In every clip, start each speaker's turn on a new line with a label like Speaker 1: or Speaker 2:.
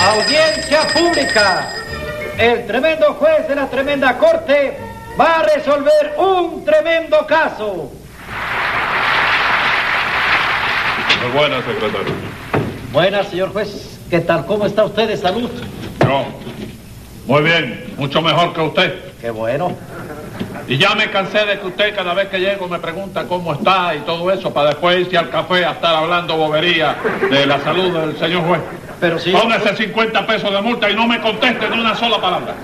Speaker 1: Audiencia pública. El tremendo juez de la tremenda corte va a resolver un tremendo caso.
Speaker 2: Muy buena, secretario.
Speaker 1: Buenas, señor juez. ¿Qué tal? ¿Cómo está usted de salud?
Speaker 2: Yo. Muy bien, mucho mejor que usted.
Speaker 1: Qué bueno.
Speaker 2: Y ya me cansé de que usted cada vez que llego me pregunta cómo está y todo eso para después irse al café a estar hablando bobería de la salud del señor juez.
Speaker 1: Pero señor,
Speaker 2: Póngase 50 pesos de multa y no me conteste ni una sola palabra.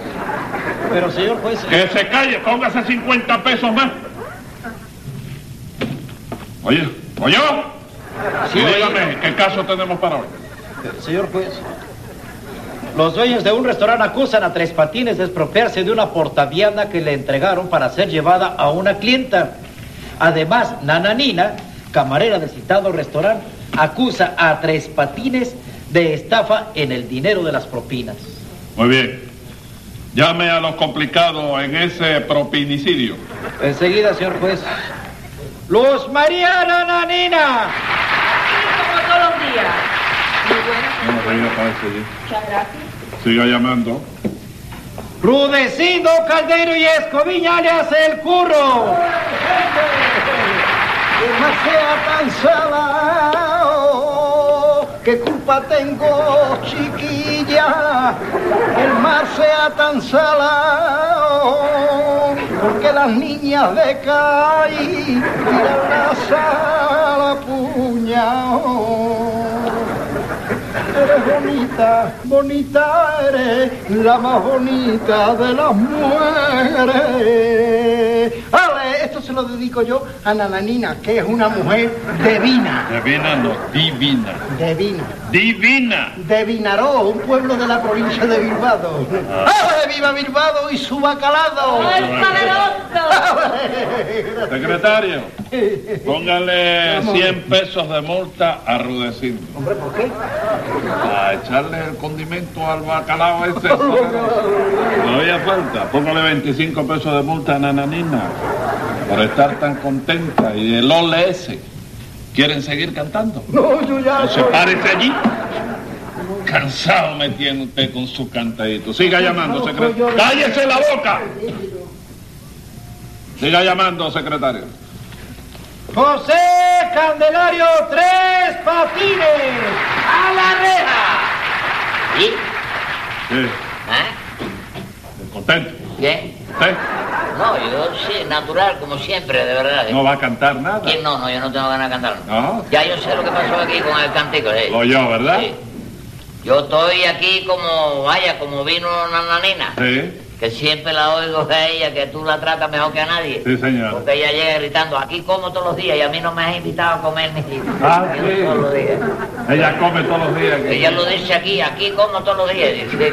Speaker 1: pero señor juez,
Speaker 2: Que se calle, póngase 50 pesos más. Oye, oye.
Speaker 1: Sí, oye.
Speaker 2: dígame, ¿qué caso tenemos para hoy?
Speaker 1: señor juez. Los dueños de un restaurante acusan a Tres Patines de expropiarse de una portavianda que le entregaron para ser llevada a una clienta. Además, Nananina, camarera del citado restaurante, acusa a Tres Patines de estafa en el dinero de las propinas.
Speaker 2: Muy bien. Llame a los complicados en ese propinicidio.
Speaker 1: Enseguida, señor juez. Luz María Nananina.
Speaker 3: como todos los días. Muy buenas,
Speaker 2: Enseguida para seguir.
Speaker 3: muchas gracias.
Speaker 2: Siga llamando.
Speaker 1: Rudecindo Caldero y Escoviña le hace el curro.
Speaker 4: demasiado cansada. ¿Qué culpa tengo, chiquilla? Que el mar sea tan salado. Porque las niñas de calle tiran la sal a puñao. Eres bonita, bonita eres, la más bonita de las mujeres. Ale, esto se lo dedico yo a Nananina, que es una mujer divina,
Speaker 2: Divina no, divina.
Speaker 4: divina.
Speaker 2: Divina.
Speaker 4: De Vinaró, un pueblo de la provincia de Bilbao. ¡Ale, viva Bilbao y su bacalado!
Speaker 3: ¡Ay, poderoso!
Speaker 2: Secretario, póngale 100 pesos de multa a Rudecindo.
Speaker 4: Hombre, ¿por qué?
Speaker 2: A echarle el condimento al bacalao ese. Todavía falta. Póngale 25 pesos de multa a Nananina por estar tan contenta y el ole ese. ¿Quieren seguir cantando?
Speaker 4: No, yo ya
Speaker 2: Se
Speaker 4: soy...
Speaker 2: parece allí. Cansado me tiene usted con su cantadito. Siga llamando, secretario. ¡Cállese la boca! Siga llamando, secretario.
Speaker 1: José Candelario Tres Patines. A la reja.
Speaker 5: ¿Sí?
Speaker 2: Sí,
Speaker 5: ¿Ah?
Speaker 2: contento.
Speaker 5: ¿Qué?
Speaker 2: Usted
Speaker 5: No, yo sí, natural, como siempre, de verdad. ¿eh?
Speaker 2: no va a cantar nada.
Speaker 5: ¿Quién no? No, yo no tengo ganas de cantarlo.
Speaker 2: No.
Speaker 5: Ya yo sé lo que pasó aquí con el cantico, ¿eh?
Speaker 2: Lo yo, ¿verdad?
Speaker 5: Sí. Yo estoy aquí como, vaya, como vino Nananina,
Speaker 2: Sí,
Speaker 5: que siempre la oigo a ella, que tú la tratas mejor que a nadie.
Speaker 2: sí, señor.
Speaker 5: Porque ella llega gritando, aquí como todos los días y a mí no me has invitado a comer ni
Speaker 2: Ah,
Speaker 5: ni
Speaker 2: sí.
Speaker 5: todos los días.
Speaker 2: Ella come todos los días. que-
Speaker 5: Ella lo dice aquí, aquí como todos los días. Dice,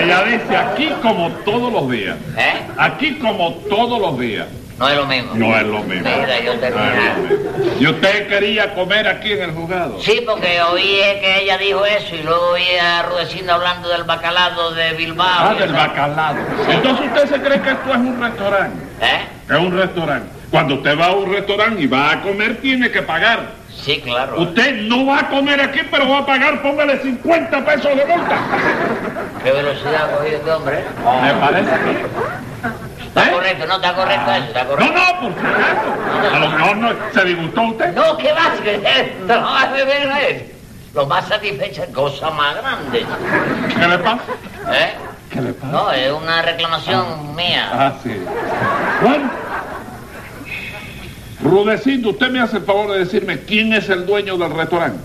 Speaker 2: Ella dice aquí como todos los días.
Speaker 5: ¿Eh?
Speaker 2: Aquí como todos los días.
Speaker 5: No es lo mismo.
Speaker 2: No es lo mismo.
Speaker 5: Mira, yo te
Speaker 2: No es lo mismo. Y usted quería comer aquí en el juzgado.
Speaker 5: Sí, porque oí eh, que ella dijo eso y luego oí a Rudecindo hablando del bacalado de Bilbao.
Speaker 2: Ah,
Speaker 5: y
Speaker 2: del
Speaker 5: eso.
Speaker 2: bacalado. Entonces usted se cree que esto es un restaurante.
Speaker 5: ¿Eh?
Speaker 2: Es un restaurante. Cuando usted va a un restaurante y va a comer, tiene que pagar.
Speaker 5: Sí, claro.
Speaker 2: Usted no va a comer aquí, pero va a pagar, póngale 50 pesos de multa.
Speaker 5: ¿Qué velocidad ha cogido este hombre? eh?
Speaker 2: Me parece bien.
Speaker 5: Está
Speaker 2: ¿Eh?
Speaker 5: correcto, no está correcto eso, está
Speaker 2: No,
Speaker 5: correcto.
Speaker 2: no, por supuesto. A lo mejor no, se disgustó usted.
Speaker 5: No, ¿qué más? que esto? No vas a beber a él. Lo más satisfecha, cosa más grande.
Speaker 2: ¿Qué le pasa?
Speaker 5: ¿Eh? No, es una reclamación mía.
Speaker 2: Ah, sí. Bueno. Rudecindo, usted me hace el favor de decirme quién es el dueño del restaurante.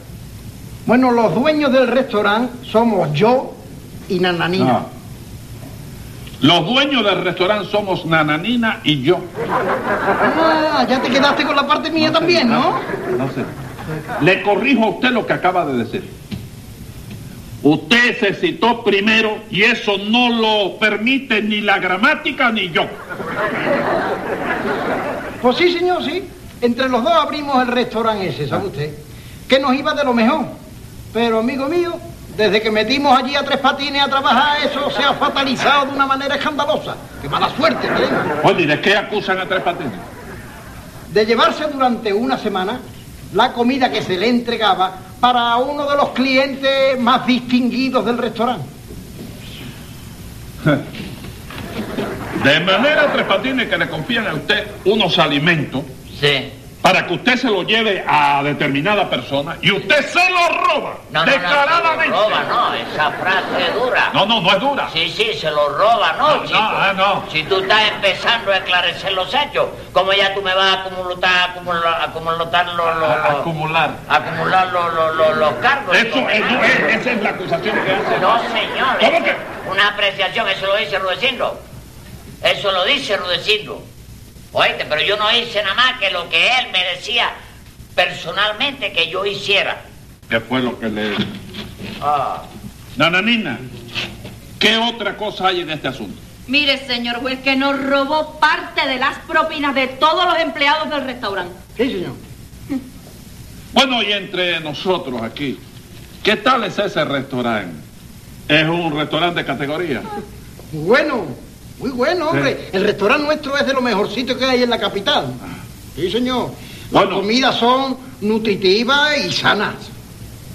Speaker 4: Bueno, los dueños del restaurante somos yo y Nananina.
Speaker 2: Ah. Los dueños del restaurante somos Nananina y yo.
Speaker 4: Ah, ya te quedaste con la parte mía también, ¿no?
Speaker 2: No sé. Le corrijo a usted lo que acaba de decir. Usted se citó primero y eso no lo permite ni la gramática ni yo.
Speaker 4: Pues sí, señor, sí. Entre los dos abrimos el restaurante ese, ¿sabe usted? Que nos iba de lo mejor. Pero, amigo mío, desde que metimos allí a Tres Patines a trabajar, eso se ha fatalizado de una manera escandalosa. ¡Qué mala suerte tenemos!
Speaker 2: Oye, ¿y ¿de qué acusan a Tres Patines?
Speaker 4: De llevarse durante una semana la comida que se le entregaba para uno de los clientes más distinguidos del restaurante.
Speaker 2: De manera, Tres Patines, que le confían a usted unos alimentos
Speaker 5: Sí.
Speaker 2: para que usted se los lleve a determinada persona y usted se los roba
Speaker 5: No, no, no, se
Speaker 2: declaradamente.
Speaker 5: lo roba, no, esa frase es dura.
Speaker 2: no, no, no es dura.
Speaker 5: Sí, sí, se lo roba, ¿no,
Speaker 2: No, no,
Speaker 5: chico?
Speaker 2: ah, no.
Speaker 5: Si tú estás empezando a esclarecer los hechos, como ya tú me vas a acumular, acumular, acumular, los- los- los-
Speaker 2: A acumular.
Speaker 5: acumular los, los- los- los cargos.
Speaker 2: Ah, Eso,
Speaker 5: digo,
Speaker 2: es-
Speaker 5: ¿verdad?
Speaker 2: es- esa es la acusación que hace.
Speaker 5: No, señor.
Speaker 2: ¿Cómo
Speaker 5: eso
Speaker 2: que?
Speaker 5: es Una apreciación, eso lo dice Rudecindo. Eso lo dice Rudecindo. Oíste, pero yo no hice nada más que lo que él me decía personalmente que yo hiciera.
Speaker 2: ¿Qué fue lo que le...
Speaker 5: Ah.
Speaker 2: Nananina, ¿qué otra cosa hay en este asunto?
Speaker 3: Mire, señor juez, que nos robó parte de las propinas de todos los empleados del restaurante.
Speaker 4: Sí, señor.
Speaker 2: Bueno, y entre nosotros aquí, ¿qué tal es ese restaurante? ¿Es un restaurante de categoría?
Speaker 4: Muy bueno, muy bueno, hombre. El restaurante nuestro es de los mejorcitos que hay en la capital. Sí, señor. Las
Speaker 2: Bueno.
Speaker 4: comidas son nutritivas y sanas.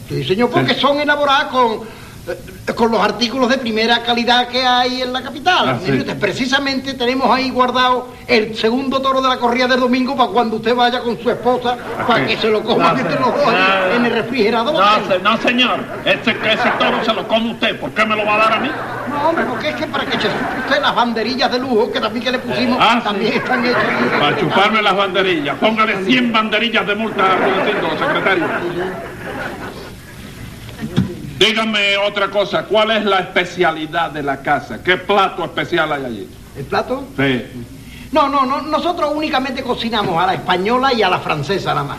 Speaker 4: Sí, señor, porque
Speaker 2: Sí.
Speaker 4: son elaboradas con, eh, con los artículos de primera calidad que hay en la capital.
Speaker 2: Ah, sí.
Speaker 4: Mire usted, Precisamente tenemos ahí guardado el segundo toro de la corrida del domingo para cuando usted vaya con su esposa, para
Speaker 2: Ah,
Speaker 4: que
Speaker 2: sí.
Speaker 4: se lo coman
Speaker 2: No,
Speaker 4: entre
Speaker 2: señor.
Speaker 4: los dos ahí
Speaker 2: No,
Speaker 4: en el refrigerador.
Speaker 2: No, se- no, señor. Ese, ese toro se lo come usted. ¿Por qué me lo va a dar a mí?
Speaker 4: No, hombre, porque es que para que se supe usted las banderillas de lujo que también que le pusimos,
Speaker 2: Ah, sí.
Speaker 4: también están hechas. aquí.
Speaker 2: Para chuparme las banderillas. Póngale 100 banderillas de multa a Rudecindo, secretario. Dígame otra cosa. ¿Cuál es la especialidad de la casa? ¿Qué plato especial hay allí?
Speaker 4: ¿El plato?
Speaker 2: Sí.
Speaker 4: No, no, no, nosotros únicamente cocinamos a la española y a la francesa nada más.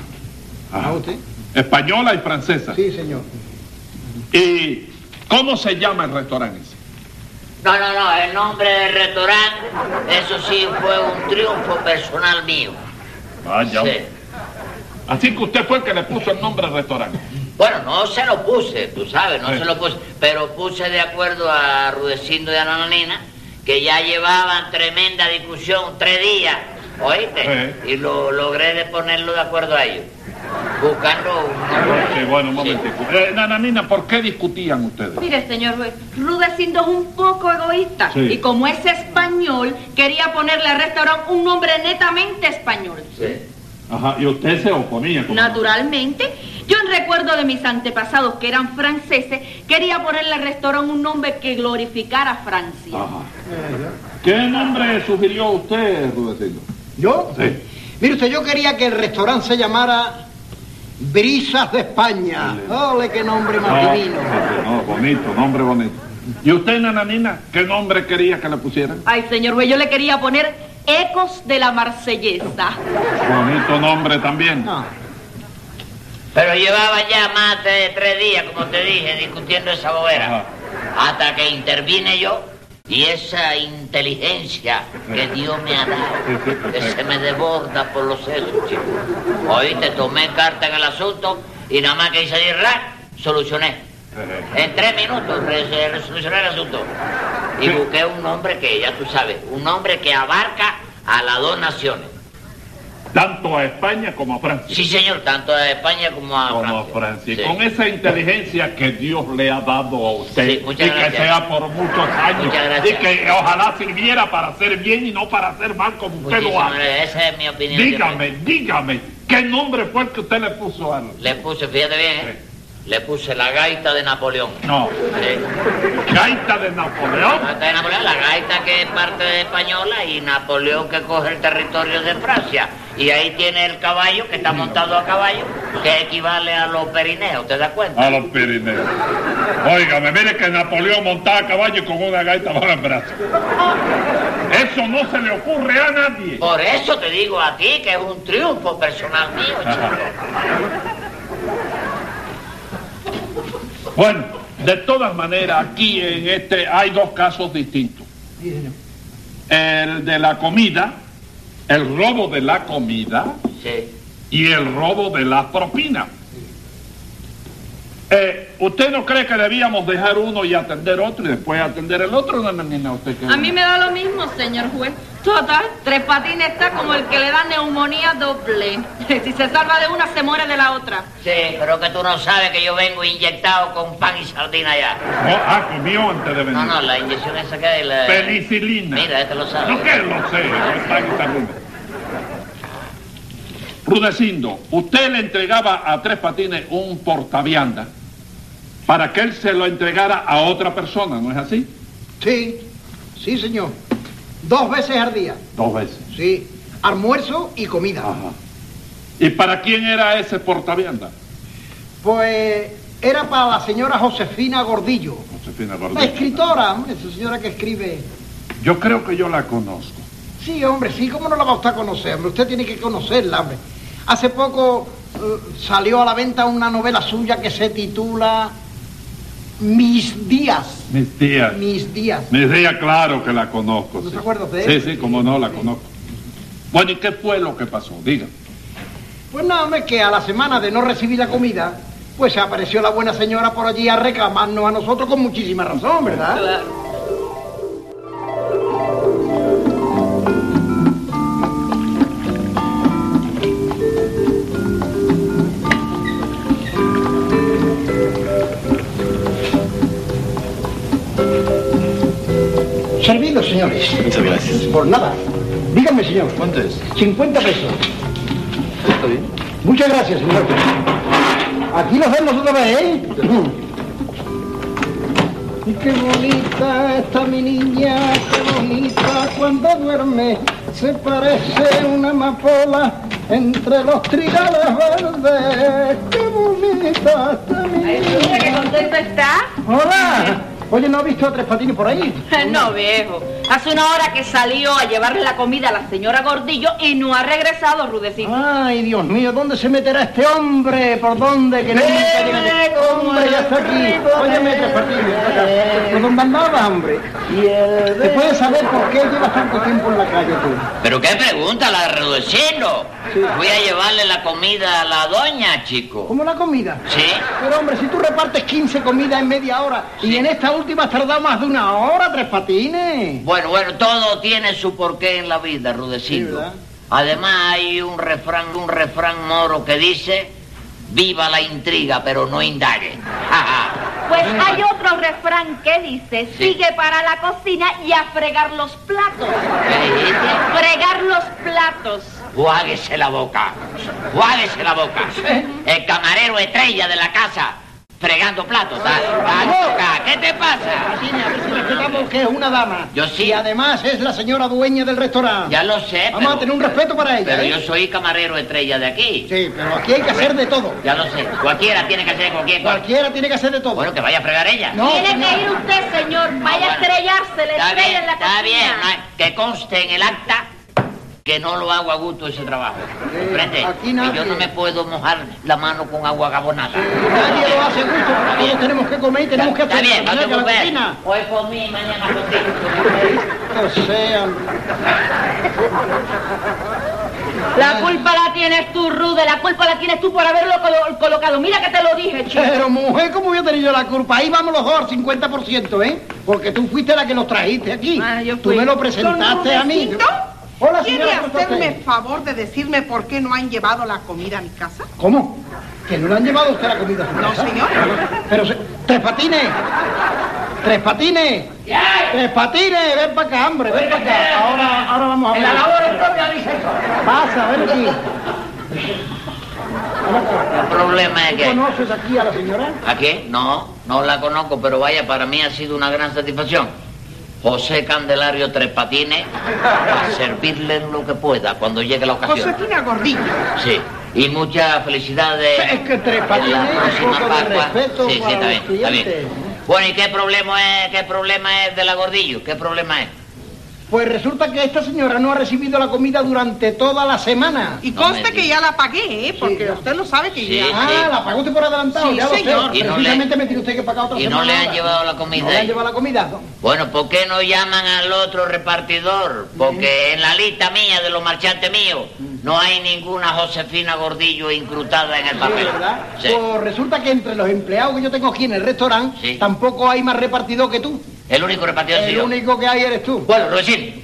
Speaker 2: Ajá.
Speaker 4: ¿A usted?
Speaker 2: Ah. Española y francesa.
Speaker 4: Sí, señor.
Speaker 2: ¿Y cómo se llama el restaurante ese?
Speaker 5: No, no, no, el nombre del restaurante, eso sí fue un triunfo personal mío.
Speaker 2: Vaya.
Speaker 5: Sí.
Speaker 2: Así que usted fue el que le puso el nombre al restaurante.
Speaker 5: Bueno, no se lo puse, tú sabes, no
Speaker 2: Sí.
Speaker 5: se lo puse, pero puse de acuerdo a Rudecindo y a Nananina que ya llevaban tremenda discusión, tres días, ¿oíste? Y lo logré de ponerlo de acuerdo a ellos, buscando una...
Speaker 2: Sí, bueno, un
Speaker 5: Sí.
Speaker 2: momentico. Eh, Nananina, ¿por qué discutían ustedes?
Speaker 3: Mire, señor juez, Rudecindo es un poco egoísta.
Speaker 2: Sí.
Speaker 3: Y como es español, quería ponerle al restaurante un nombre netamente español.
Speaker 5: Sí.
Speaker 2: Ajá, y usted se oponía. ¿cómo no?
Speaker 3: Naturalmente, yo en recuerdo de mis antepasados que eran franceses, quería ponerle al restaurante un nombre que glorificara a Francia.
Speaker 2: Ajá. ¿Qué nombre sugirió usted, Rudecindo?
Speaker 4: ¿Yo?
Speaker 2: Sí.
Speaker 4: Mire usted, yo quería que el restaurante se llamara Brisas de España. ¡Ole, qué nombre más divino!
Speaker 2: Ah, no, bonito, nombre bonito. ¿Y usted, Nananina, qué nombre quería que le pusieran?
Speaker 3: Ay, señor juez, yo le quería poner Ecos de la Marsellesa.
Speaker 2: Bonito nombre también.
Speaker 4: No.
Speaker 5: Pero llevaba ya más de tres días, como te dije, discutiendo esa bobera. Hasta que intervine yo y esa inteligencia que Dios me ha dado, que se me desborda por los sesos, chico. Oíste, tomé carta en el asunto y nada más que hice ahí, rac, solucioné.
Speaker 2: Eh,
Speaker 5: En tres minutos re- re- resolucioné el asunto. Y busqué un nombre que, ya tú sabes, un nombre que abarca a las dos naciones.
Speaker 2: Tanto a España como a Francia.
Speaker 5: Sí, señor, tanto a España como a
Speaker 2: Como a
Speaker 5: Francia.
Speaker 2: Francia.
Speaker 5: Sí.
Speaker 2: Con esa inteligencia que Dios le ha dado a usted.
Speaker 5: Sí,
Speaker 2: y
Speaker 5: muchas
Speaker 2: que
Speaker 5: gracias.
Speaker 2: sea por muchos años.
Speaker 5: Muchas
Speaker 2: Y
Speaker 5: gracias.
Speaker 2: que ojalá sirviera para hacer bien y no para hacer mal como usted lo
Speaker 5: Muchísimas
Speaker 2: hace.
Speaker 5: gracias, esa es mi opinión.
Speaker 2: Dígame, dígame, ¿qué nombre fue el que usted le puso al...
Speaker 5: Le puse, fíjate bien, ¿eh? le puse la gaita de Napoleón.
Speaker 2: No,
Speaker 5: ¿eh?
Speaker 2: Gaita de Napoleón.
Speaker 5: La gaita de Napoleón, la gaita que es parte de española y Napoleón que coge el territorio de Francia. Y ahí tiene el caballo que está montado a caballo, que equivale a los perineos, ¿te das cuenta?
Speaker 2: A los Pirineos. Óigame, mire que Napoleón montaba a caballo y con una gaita bajo el brazo. Eso no se le ocurre a nadie.
Speaker 5: Por eso te digo a ti que es un triunfo personal mío,
Speaker 2: Ah.
Speaker 5: chico.
Speaker 2: Bueno, de todas maneras, aquí en este hay dos casos distintos.
Speaker 4: Sí, señor.
Speaker 2: El de la comida, el robo de la comida
Speaker 5: Sí.
Speaker 2: y el robo de las propinas. Eh, ¿Usted no cree que debíamos dejar uno y atender otro y después atender el otro? No, no, no, no, usted qué-
Speaker 3: A mí me da lo mismo, señor juez. Total, Tres Patines está como el que le da neumonía doble. Si se salva de una, se muere de la otra.
Speaker 5: Sí, pero que tú no sabes que yo vengo inyectado con pan y sardina ya.
Speaker 2: No, ah, comió antes de venir.
Speaker 5: No, no, la inyección esa que hay, la...
Speaker 2: Penicilina.
Speaker 5: Mira, este lo sabe.
Speaker 2: No que lo sé, no está en esta rumba. Rudecindo, usted le entregaba a Tres Patines un portavianda para que él se lo entregara a otra persona, ¿no es así?
Speaker 4: Sí, sí, señor. Dos veces al día.
Speaker 2: Dos veces.
Speaker 4: Sí, almuerzo y comida.
Speaker 2: Ajá. ¿Y para quién era ese portavianda?
Speaker 4: Pues era para la señora Josefina Gordillo.
Speaker 2: Josefina
Speaker 4: La
Speaker 2: Gordillo.
Speaker 4: escritora, hombre, esa señora que escribe.
Speaker 2: Yo creo que yo la conozco.
Speaker 4: Sí, hombre, sí, ¿cómo no la va usted a conocer, hombre? Usted tiene que conocerla, hombre. Hace poco eh, salió a la venta una novela suya que se titula Mis días.
Speaker 2: Mis tías.
Speaker 4: Mis días.
Speaker 2: Mis días, claro que la conozco.
Speaker 4: ¿No
Speaker 2: sí.
Speaker 4: se acuerda de él?
Speaker 2: Sí, sí, como no, la conozco. Bueno, ¿y qué fue lo que pasó? Diga.
Speaker 4: Pues nada, hombre, que a la semana de no recibir la comida, pues se apareció la buena señora por allí a reclamarnos a nosotros con muchísima razón, ¿verdad? Servidos, señores.
Speaker 6: Muchas gracias.
Speaker 4: Por nada. Dígame, señor.
Speaker 6: ¿Cuánto es?
Speaker 4: 50 pesos.
Speaker 6: ¿Está bien?
Speaker 4: Muchas gracias, señor. Aquí los vemos otra vez, ¿eh? Y qué bonita está mi niña, qué bonita cuando duerme. Se parece una amapola entre los trigales verdes. Qué bonita está mi
Speaker 3: Ay, mira qué
Speaker 4: niña.
Speaker 3: contento está.
Speaker 4: Hola. Oye, ¿no ha visto a Tres Patines por ahí?
Speaker 3: No, viejo. Hace una hora que salió a llevarle la comida a la señora Gordillo y no ha regresado, Rudecito.
Speaker 4: Ay, Dios mío, ¿dónde se meterá este hombre? ¿Por dónde? Que no
Speaker 5: Veme como
Speaker 4: Hombre, ya está
Speaker 5: el
Speaker 4: aquí.
Speaker 5: ritmo
Speaker 4: Óyeme,
Speaker 5: de-
Speaker 4: te partí. ¿Por dónde andabas, hombre?
Speaker 5: Y el...
Speaker 4: ¿Te puedes saber por qué llevas tanto tiempo en la calle tú?
Speaker 5: Pero qué pregunta la de reduciendo. Fui a llevarle la comida a la doña, chico.
Speaker 4: ¿Cómo la comida?
Speaker 5: Sí.
Speaker 4: Pero, hombre, si tú repartes 15 comidas en media hora y en esta última has tardado más de una hora, Tres Patines.
Speaker 5: Bueno, bueno, todo tiene su porqué en la vida,
Speaker 4: Sí,
Speaker 5: Rudecindo.
Speaker 4: ¿verdad?
Speaker 5: Además hay un refrán, un refrán moro que dice, viva la intriga, pero no indague.
Speaker 3: Pues hay otro refrán que dice,
Speaker 5: Sí.
Speaker 3: sigue para la cocina y a fregar los platos.
Speaker 5: ¿Qué dijiste?
Speaker 3: Fregar los platos.
Speaker 5: Juáguese la boca, juáguese la boca. El camarero estrella de la casa, fregando platos. da- da- da- ¿Qué te pasa?
Speaker 4: Patines, a ver si le explicamos que es una dama.
Speaker 5: Yo sí.
Speaker 4: Y además es la señora dueña del restaurante.
Speaker 5: Ya lo sé,
Speaker 4: Vamos
Speaker 5: pero-
Speaker 4: a tener un respeto para ella.
Speaker 5: Pero
Speaker 4: ¿eh?
Speaker 5: yo soy camarero estrella de aquí.
Speaker 4: Sí, pero aquí hay que hacer de todo.
Speaker 5: Ya lo sé. Cualquiera tiene que hacer cualquier cosa.
Speaker 4: Cualquiera tiene que hacer de todo.
Speaker 5: Bueno, que vaya a fregar ella.
Speaker 4: No,
Speaker 3: Tiene
Speaker 4: señor.
Speaker 3: que ir usted, señor. Vaya a
Speaker 5: bueno.
Speaker 3: estrellarse, le
Speaker 5: Está
Speaker 3: estrella
Speaker 5: bien,
Speaker 3: en la
Speaker 5: está
Speaker 3: cocina.
Speaker 5: bien. Ay, Que conste en el acta que no lo hago a gusto ese trabajo. ¿Comprende?
Speaker 4: aquí
Speaker 5: Que
Speaker 4: nadie.
Speaker 5: yo no me puedo mojar la mano con agua gabonada.
Speaker 4: Nadie lo hace gusto porque todos tenemos que comer y tenemos que
Speaker 5: Está
Speaker 4: hacer
Speaker 5: bien, no
Speaker 4: la
Speaker 5: te preocupes.
Speaker 4: cocina.
Speaker 5: Hoy por mí, mañana por ti.
Speaker 4: O sea,
Speaker 3: La culpa la tienes tú, Rude. La culpa la tienes tú por haberlo colo- colocado. Mira que te lo dije,
Speaker 5: Eh.
Speaker 3: chico.
Speaker 4: pero mujer, ¿cómo voy a tener yo la culpa? Ahí vamos los dos al 50%, ¿eh? Porque tú fuiste la que los trajiste aquí.
Speaker 3: Ah, yo
Speaker 4: tú
Speaker 3: fui.
Speaker 4: me lo presentaste
Speaker 7: Don
Speaker 4: a mí.
Speaker 7: Rudecindo,
Speaker 4: Hola,
Speaker 7: ¿Quiere
Speaker 4: señora. ¿cómo está
Speaker 7: hacerme
Speaker 4: usted?
Speaker 7: favor de decirme por qué no han llevado la comida a mi casa?
Speaker 4: ¿Cómo? ¿Que no le han llevado a usted la comida? a su
Speaker 7: No,
Speaker 4: casa?
Speaker 7: señor.
Speaker 4: Pero, se- tres patines. Tres patines. Tres patines. Ven para acá, hombre. Ven para acá. Ahora, ahora vamos a ver. Pasa, ven aquí.
Speaker 5: El problema es que...
Speaker 4: ¿Conoces aquí a la señora?
Speaker 5: ¿A qué? No, no la conozco, pero vaya, para mí ha sido una gran satisfacción. José Candelario Tres Patines, a servirle en lo que pueda cuando llegue la ocasión.
Speaker 7: Josefina Gordillo.
Speaker 5: Sí, y muchas felicidades.
Speaker 4: Es que Tres
Speaker 5: en
Speaker 4: Patines
Speaker 5: la
Speaker 4: es un
Speaker 5: próxima
Speaker 4: poco de
Speaker 5: Pascua.
Speaker 4: respeto
Speaker 5: Sí, sí,
Speaker 4: para
Speaker 5: está
Speaker 4: los
Speaker 5: bien, está bien.
Speaker 4: clientes.
Speaker 5: Bueno, ¿y qué problema es, qué problema es de la Gordillo? ¿Qué problema es?
Speaker 4: Pues resulta que esta señora no ha recibido la comida durante toda la semana.
Speaker 7: Y
Speaker 5: No
Speaker 7: conste
Speaker 5: me
Speaker 7: que
Speaker 5: diga.
Speaker 7: ya la pagué, ¿eh? Porque usted lo sabe que
Speaker 5: Sí.
Speaker 7: ya...
Speaker 4: Ah,
Speaker 5: sí.
Speaker 4: la pagó usted por adelantado,
Speaker 7: Sí,
Speaker 4: ya lo
Speaker 7: señor.
Speaker 4: sé.
Speaker 5: Y no le-
Speaker 4: Precisamente me tiene usted que pagar otra
Speaker 5: y no
Speaker 4: semana.
Speaker 5: le han
Speaker 4: ahora.
Speaker 5: llevado la comida ¿eh?
Speaker 4: No le han
Speaker 5: ahí. Ah,
Speaker 4: llevado la comida. no.
Speaker 5: Bueno, ¿por qué no llaman al otro repartidor? Porque en la lista mía de los marchantes míos no hay ninguna Josefina Gordillo incrutada en el
Speaker 4: Sí,
Speaker 5: papel.
Speaker 4: ¿verdad?
Speaker 5: Sí.
Speaker 4: Pues resulta que entre los empleados que yo tengo aquí en el restaurante,
Speaker 5: Sí.
Speaker 4: tampoco hay más repartido que tú.
Speaker 5: El único repartidor soy
Speaker 4: el
Speaker 5: yo.
Speaker 4: único que hay eres tú.
Speaker 5: Bueno, Rosín,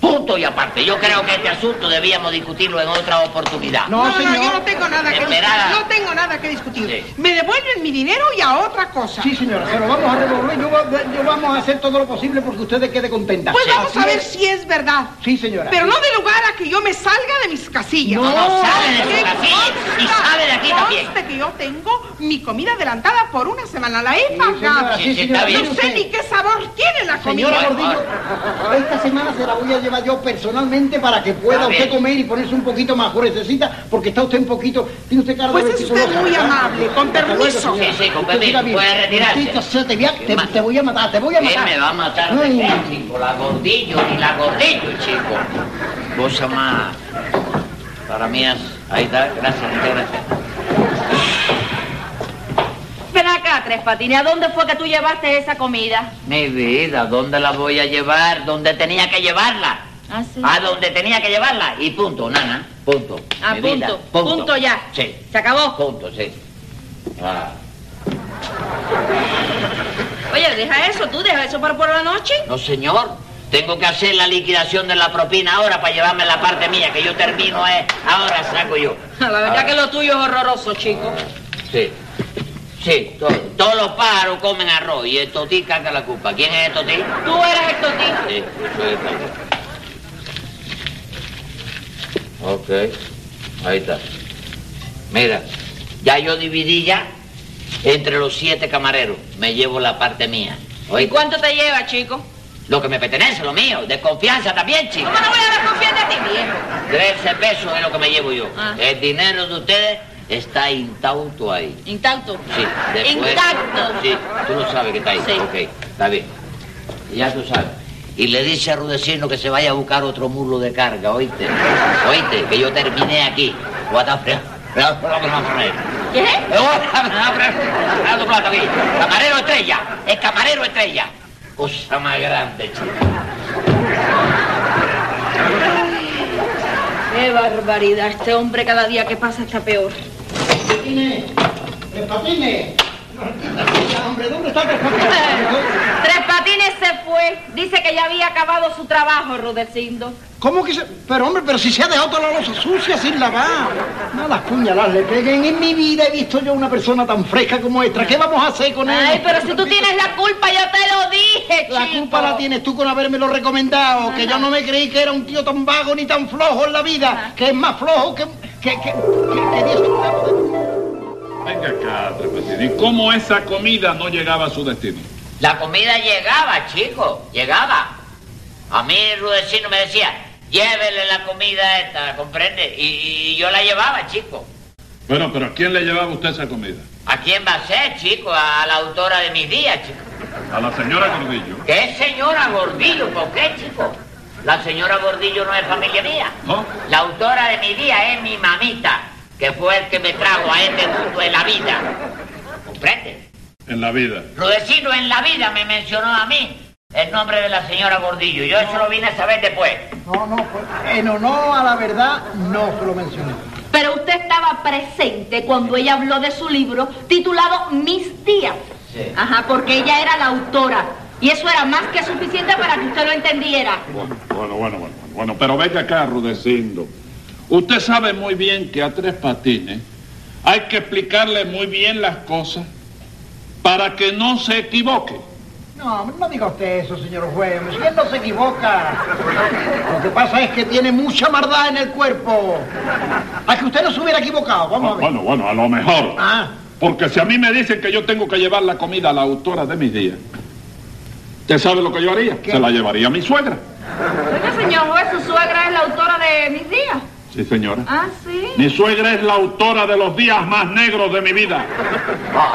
Speaker 5: punto punto y aparte. Yo creo que este asunto debíamos discutirlo en otra oportunidad.
Speaker 4: No, señor.
Speaker 7: yo no tengo nada que
Speaker 5: Esmeralda.
Speaker 7: discutir. No tengo nada que discutir.
Speaker 5: Sí.
Speaker 7: Me devuelven mi dinero y a otra cosa.
Speaker 4: Sí, señora, se lo vamos a revolver. Yo, va- yo vamos a hacer todo lo posible porque ustedes quede contenta.
Speaker 7: Pues vamos
Speaker 4: Así
Speaker 7: a ver
Speaker 4: es.
Speaker 7: si es verdad.
Speaker 4: Sí, señora.
Speaker 7: Pero no de lugar a que yo me salga de mis casillas.
Speaker 5: No, no, sale de su
Speaker 7: Que
Speaker 5: casilla y
Speaker 7: consta-
Speaker 5: sale de aquí también.
Speaker 7: conste que yo tengo mi comida adelantada por una semana. La he
Speaker 4: Sí,
Speaker 7: pagado.
Speaker 4: señora,
Speaker 5: Sí,
Speaker 4: sí,
Speaker 5: sí,
Speaker 4: señora.
Speaker 5: está bien.
Speaker 4: mire
Speaker 7: No sé
Speaker 4: usted.
Speaker 7: ni qué sabor tiene la comida.
Speaker 4: Señora
Speaker 5: Ay,
Speaker 4: Gordillo, esta semana se la voy a llevar yo personalmente para que pueda
Speaker 5: Está
Speaker 4: usted
Speaker 5: bien.
Speaker 4: comer y ponerse un poquito más gruesecita, porque está usted un poquito... Tiene usted cara de
Speaker 7: Pues es
Speaker 4: vestido
Speaker 7: usted
Speaker 4: loca.
Speaker 7: muy amable, con
Speaker 4: Hasta luego,
Speaker 7: permiso.
Speaker 4: señora.
Speaker 5: Sí, sí, con
Speaker 4: Usted
Speaker 5: permiso,
Speaker 4: siga bien.
Speaker 5: puede retirarse.
Speaker 4: Maldito sea, te, voy a, te,
Speaker 5: Ma-
Speaker 4: te voy a matar, te voy a
Speaker 5: ¿Quién
Speaker 4: matar.
Speaker 5: me va a matar de
Speaker 4: Ay.
Speaker 5: qué, chico? La gordillo y la gordillo, chico. Cosa más. Para mí es. Ahí está, gracias, muchas gracias.
Speaker 3: Ven acá, Tres Patines, ¿a dónde fue que tú llevaste esa comida?
Speaker 5: Mi vida, ¿dónde la voy a llevar? ¿Dónde tenía que llevarla?
Speaker 3: Ah, sí.
Speaker 5: A donde tenía que llevarla. Y punto, nana. Punto.
Speaker 3: Ah,
Speaker 5: Mi vida,
Speaker 3: punto, punto. ya.
Speaker 5: Sí.
Speaker 3: Se acabó.
Speaker 5: Punto, sí. Ah,
Speaker 3: Oye, deja eso, tú deja eso para por la noche.
Speaker 5: no, señor. Tengo que hacer la liquidación de la propina ahora para llevarme la parte mía, que yo termino, eh. Ahora saco yo.
Speaker 3: La verdad
Speaker 5: Ah.
Speaker 3: que lo tuyo es horroroso, chico.
Speaker 5: Sí. Sí, todo- todos los pájaros comen arroz y el totí caga la culpa. ¿Quién es el totí?
Speaker 3: Tú eres el totito.
Speaker 5: Sí, yo soy el totí. Ok, ahí está. Mira, ya yo dividí ya entre los siete camareros. Me llevo la parte mía.
Speaker 3: ¿Y
Speaker 5: ¿Oíste?
Speaker 3: cuánto te lleva, chico?
Speaker 5: Lo que me pertenece, lo mío. De confianza también, chico.
Speaker 3: ¿Cómo no voy a desconfiar de ti, viejo?
Speaker 5: 13 pesos es lo que me llevo yo.
Speaker 3: Ah.
Speaker 5: El dinero de ustedes está intacto ahí.
Speaker 3: Intacto.
Speaker 5: Sí, después...
Speaker 3: Intacto.
Speaker 5: Sí, tú lo sabes que está ahí.
Speaker 3: Sí.
Speaker 5: Ok, está bien. Ya tú sabes. Y le dice a Rudecino que se vaya a buscar otro mulo de carga, ¿oíste? ¿Oíste? Que yo terminé aquí. What the fre-
Speaker 3: ¿Qué?
Speaker 5: Hablando plata aquí. Camarero estrella. El camarero estrella. Cosa más grande, chico.
Speaker 3: Qué barbaridad. Este hombre cada día que pasa está peor.
Speaker 4: Patines, Tres patines. Hombre, ¿dónde está Tres Patines?
Speaker 3: Tres Patines se fue. Dice que ya había acabado su trabajo, Rudecindo.
Speaker 4: ¿Cómo que se...? Pero, hombre, pero si se ha dejado toda la losa sucia sin lavar. No las puñaladas le peguen. En mi vida he visto yo una persona tan fresca como esta. ¿Qué vamos a hacer con él?
Speaker 3: Ay, pero si tú tienes la culpa, yo te lo dije,
Speaker 4: La
Speaker 3: chico.
Speaker 4: culpa la tienes tú con habérmelo recomendado, que yo no me creí que era un tío tan vago ni tan flojo en la vida, que es más flojo que... que... que... que- que Dios.
Speaker 2: Venga acá, Tres Patines. ¿Y cómo esa comida no llegaba a su destino?
Speaker 5: La comida llegaba, chico, llegaba. A mí el Rudecino me decía, llévele la comida esta, ¿comprende? Y, y yo la llevaba, chico.
Speaker 2: Bueno, pero ¿a quién le llevaba usted esa comida?
Speaker 5: ¿A quién va a ser, chico? A la autora de mis días, chico.
Speaker 2: A la señora Gordillo.
Speaker 5: ¿Qué señora Gordillo? ¿Por qué, chico? La señora Gordillo no es familia mía.
Speaker 2: ¿No?
Speaker 5: La autora de mi día es mi mamita, que fue el que me trajo a este mundo en la vida. ¿Comprende?
Speaker 2: En la vida.
Speaker 5: Rudecino en la vida me mencionó a mí el nombre de la señora Gordillo. Yo eso lo vine a saber después.
Speaker 4: No, no, pues, en honor a la verdad, no se lo mencioné.
Speaker 3: Pero usted estaba presente cuando ella habló de su libro titulado Mis días.
Speaker 5: Sí.
Speaker 3: Ajá, porque ella era la autora. Y eso era más que suficiente para que usted lo entendiera.
Speaker 2: Bueno, bueno, bueno, bueno, bueno, pero venga acá, Rudecindo. Usted sabe muy bien que a Tres Patines hay que explicarle muy bien las cosas para que no se equivoque.
Speaker 4: No, hombre, no diga usted eso, señor juez. Si él no se equivoca. Lo que pasa es que tiene mucha maldad en el cuerpo. A que usted no se hubiera equivocado, vamos a ver.
Speaker 2: Bueno, bueno, a lo mejor.
Speaker 4: Ah,
Speaker 2: Porque si a mí me dicen que yo tengo que llevar la comida a la autora de mis días, ¿usted sabe lo que yo haría?
Speaker 4: ¿Qué?
Speaker 2: Se la llevaría a mi suegra.
Speaker 3: Oiga, señor juez, su suegra es la autora de Mis días.
Speaker 2: Sí, señora.
Speaker 3: Ah, sí.
Speaker 2: Mi suegra es la autora de los días más negros de mi vida.
Speaker 5: Ah, ah,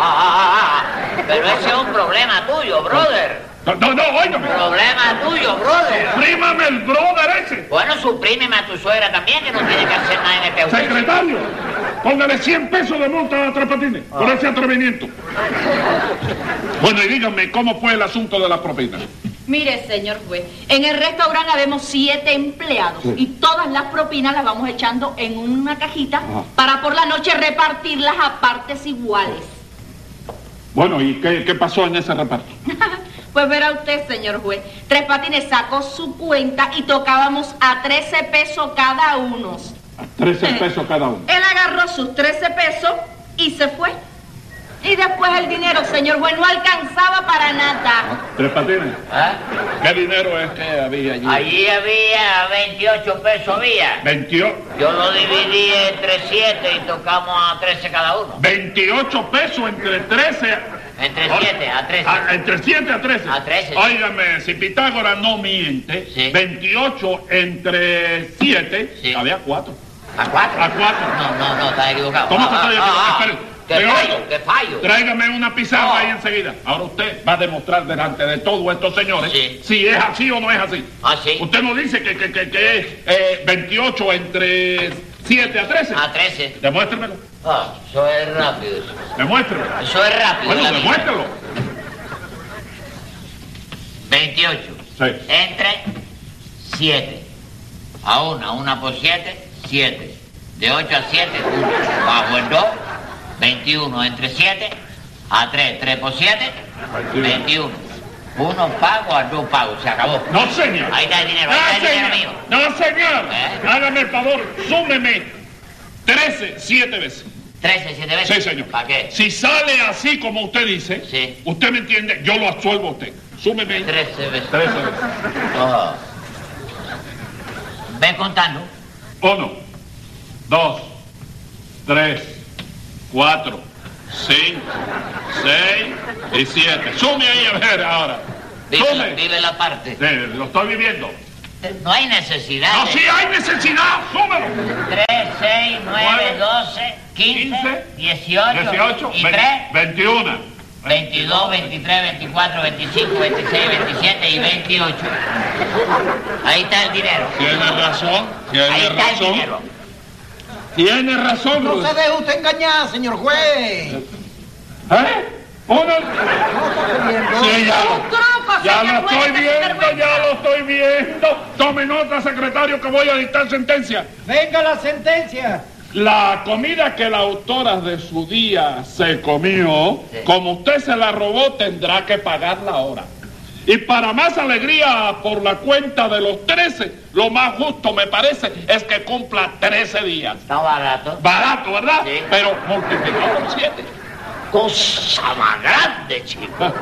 Speaker 5: ah, ah. Pero ese es un problema tuyo, brother.
Speaker 2: No, no, no, óigame.
Speaker 5: Problema tuyo, brother.
Speaker 2: Prímame el brother ese.
Speaker 5: Bueno, suprímeme a tu suegra también, que no tiene que hacer nada en este juicio.
Speaker 2: Secretario, póngale 100 pesos de multa a Tres Patines por ese atrevimiento. Bueno, y díganme, ¿cómo fue el asunto de las propinas?
Speaker 3: Mire, señor juez, en el restaurante habemos siete empleados y todas las propinas las vamos echando en una cajita para por la noche repartirlas a partes iguales.
Speaker 2: Bueno, ¿y qué, qué pasó en ese reparto?
Speaker 3: Pues verá usted, señor juez, Tres Patines sacó su cuenta y tocábamos a 13 pesos cada uno.
Speaker 2: A 13 pesos cada uno.
Speaker 3: Él agarró sus 13 pesos y se fue. Y después el dinero, señor juez, no alcanzaba para nada.
Speaker 2: Tres patines.
Speaker 5: ¿Ah?
Speaker 2: ¿Qué dinero es que había allí?
Speaker 5: Allí había 28 pesos había.
Speaker 2: 28,
Speaker 5: Yo lo dividí entre 7 y tocamos a 13 cada uno.
Speaker 2: 28 pesos entre 13.
Speaker 5: Entre 7 a 13.
Speaker 2: Ah, entre 7 a 13.
Speaker 5: A 13, sí.
Speaker 2: Óigame, si Pitágoras no miente,
Speaker 5: Sí.
Speaker 2: 28 entre 7,
Speaker 5: Sí.
Speaker 2: había 4.
Speaker 5: ¿A 4?
Speaker 2: A cuatro.
Speaker 5: No, no, no, estás equivocado.
Speaker 2: ¿Cómo que
Speaker 5: Ah,
Speaker 2: estoy
Speaker 5: ah, ah,
Speaker 2: equivocado?
Speaker 5: ¡Que
Speaker 2: Espere, me
Speaker 5: fallo,
Speaker 2: oigo.
Speaker 5: que fallo! Oh.
Speaker 2: Tráigame una pizarra
Speaker 5: No.
Speaker 2: ahí enseguida. Ahora usted va a demostrar delante de todos estos señores
Speaker 5: Sí.
Speaker 2: si es así o no es así.
Speaker 5: ¿Ah, sí?
Speaker 2: Usted nos dice que, que, que, que es eh, 28 entre 7 a 13.
Speaker 5: A 13.
Speaker 2: Demuéstremelo.
Speaker 5: Ah, eso es rápido. eso.
Speaker 2: Demuéstremelo.
Speaker 5: Eso es rápido.
Speaker 2: Bueno,
Speaker 5: Ah, la mía.
Speaker 2: demuéstralo.
Speaker 5: 28.
Speaker 2: Sí.
Speaker 5: Entre 7. A una, una por 7, 7. De 8 a 7, 1. Bajo el 2, 21. Entre 7 a 3, 3 por 7,
Speaker 2: 21.
Speaker 5: 21. Uno pago a dos pagos, se acabó.
Speaker 2: No, señor.
Speaker 5: Ahí está el dinero,
Speaker 2: No,
Speaker 5: ahí está el dinero
Speaker 2: señor.
Speaker 5: mío.
Speaker 2: No, señor.
Speaker 5: ¿Eh?
Speaker 2: Hágame el favor, súmeme 13 siete veces.
Speaker 5: 13, 7 veces.
Speaker 2: Sí, señor.
Speaker 5: ¿Para qué?
Speaker 2: Si sale así como usted dice,
Speaker 5: Sí.
Speaker 2: usted me entiende, yo lo absuelvo a usted. Súmeme
Speaker 5: 13 veces.
Speaker 2: 13 veces.
Speaker 5: Ah. Ven contando.
Speaker 2: Uno, dos, tres, cuatro, cinco, seis y siete. Sume ahí a ver ahora.
Speaker 5: Vive, la-
Speaker 2: Sume.
Speaker 5: vive la parte.
Speaker 2: Eh, lo estoy viviendo.
Speaker 5: No hay necesidad.
Speaker 2: No,
Speaker 5: de-
Speaker 2: si hay necesidad, súmelo.
Speaker 5: 3, 6, 9,
Speaker 2: Nueve,
Speaker 5: 12, 15, 18,
Speaker 2: 18,
Speaker 5: y
Speaker 2: ve-
Speaker 5: 3,
Speaker 2: 21.
Speaker 5: 22, 23, 24, 25, 26, 27 y 28. Ahí está el dinero.
Speaker 2: Tiene razón,
Speaker 5: Ahí
Speaker 2: tiene
Speaker 5: está el
Speaker 2: razón.
Speaker 5: dinero.
Speaker 2: Tiene razón,
Speaker 4: No se
Speaker 2: Ruth.
Speaker 4: deje usted engañar, señor juez.
Speaker 2: ¿Eh? Uno. Sí, ya lo-
Speaker 3: Un truco,
Speaker 2: Ya
Speaker 3: señor
Speaker 2: lo
Speaker 3: juez,
Speaker 2: estoy
Speaker 3: de
Speaker 2: viendo,
Speaker 3: sinvergüenza.
Speaker 2: ya lo estoy viendo. Tome nota, secretario, que voy a dictar sentencia.
Speaker 1: Venga la sentencia.
Speaker 2: La comida que la autora de su día se comió, como usted se la robó, tendrá que pagarla ahora. Y para más alegría por la cuenta de los 13, lo más justo me parece es que cumpla 13 días.
Speaker 5: Está barato.
Speaker 2: Barato, ¿verdad?
Speaker 5: Sí.
Speaker 2: Pero multiplicado por 7.
Speaker 5: Cosa más grande, chico.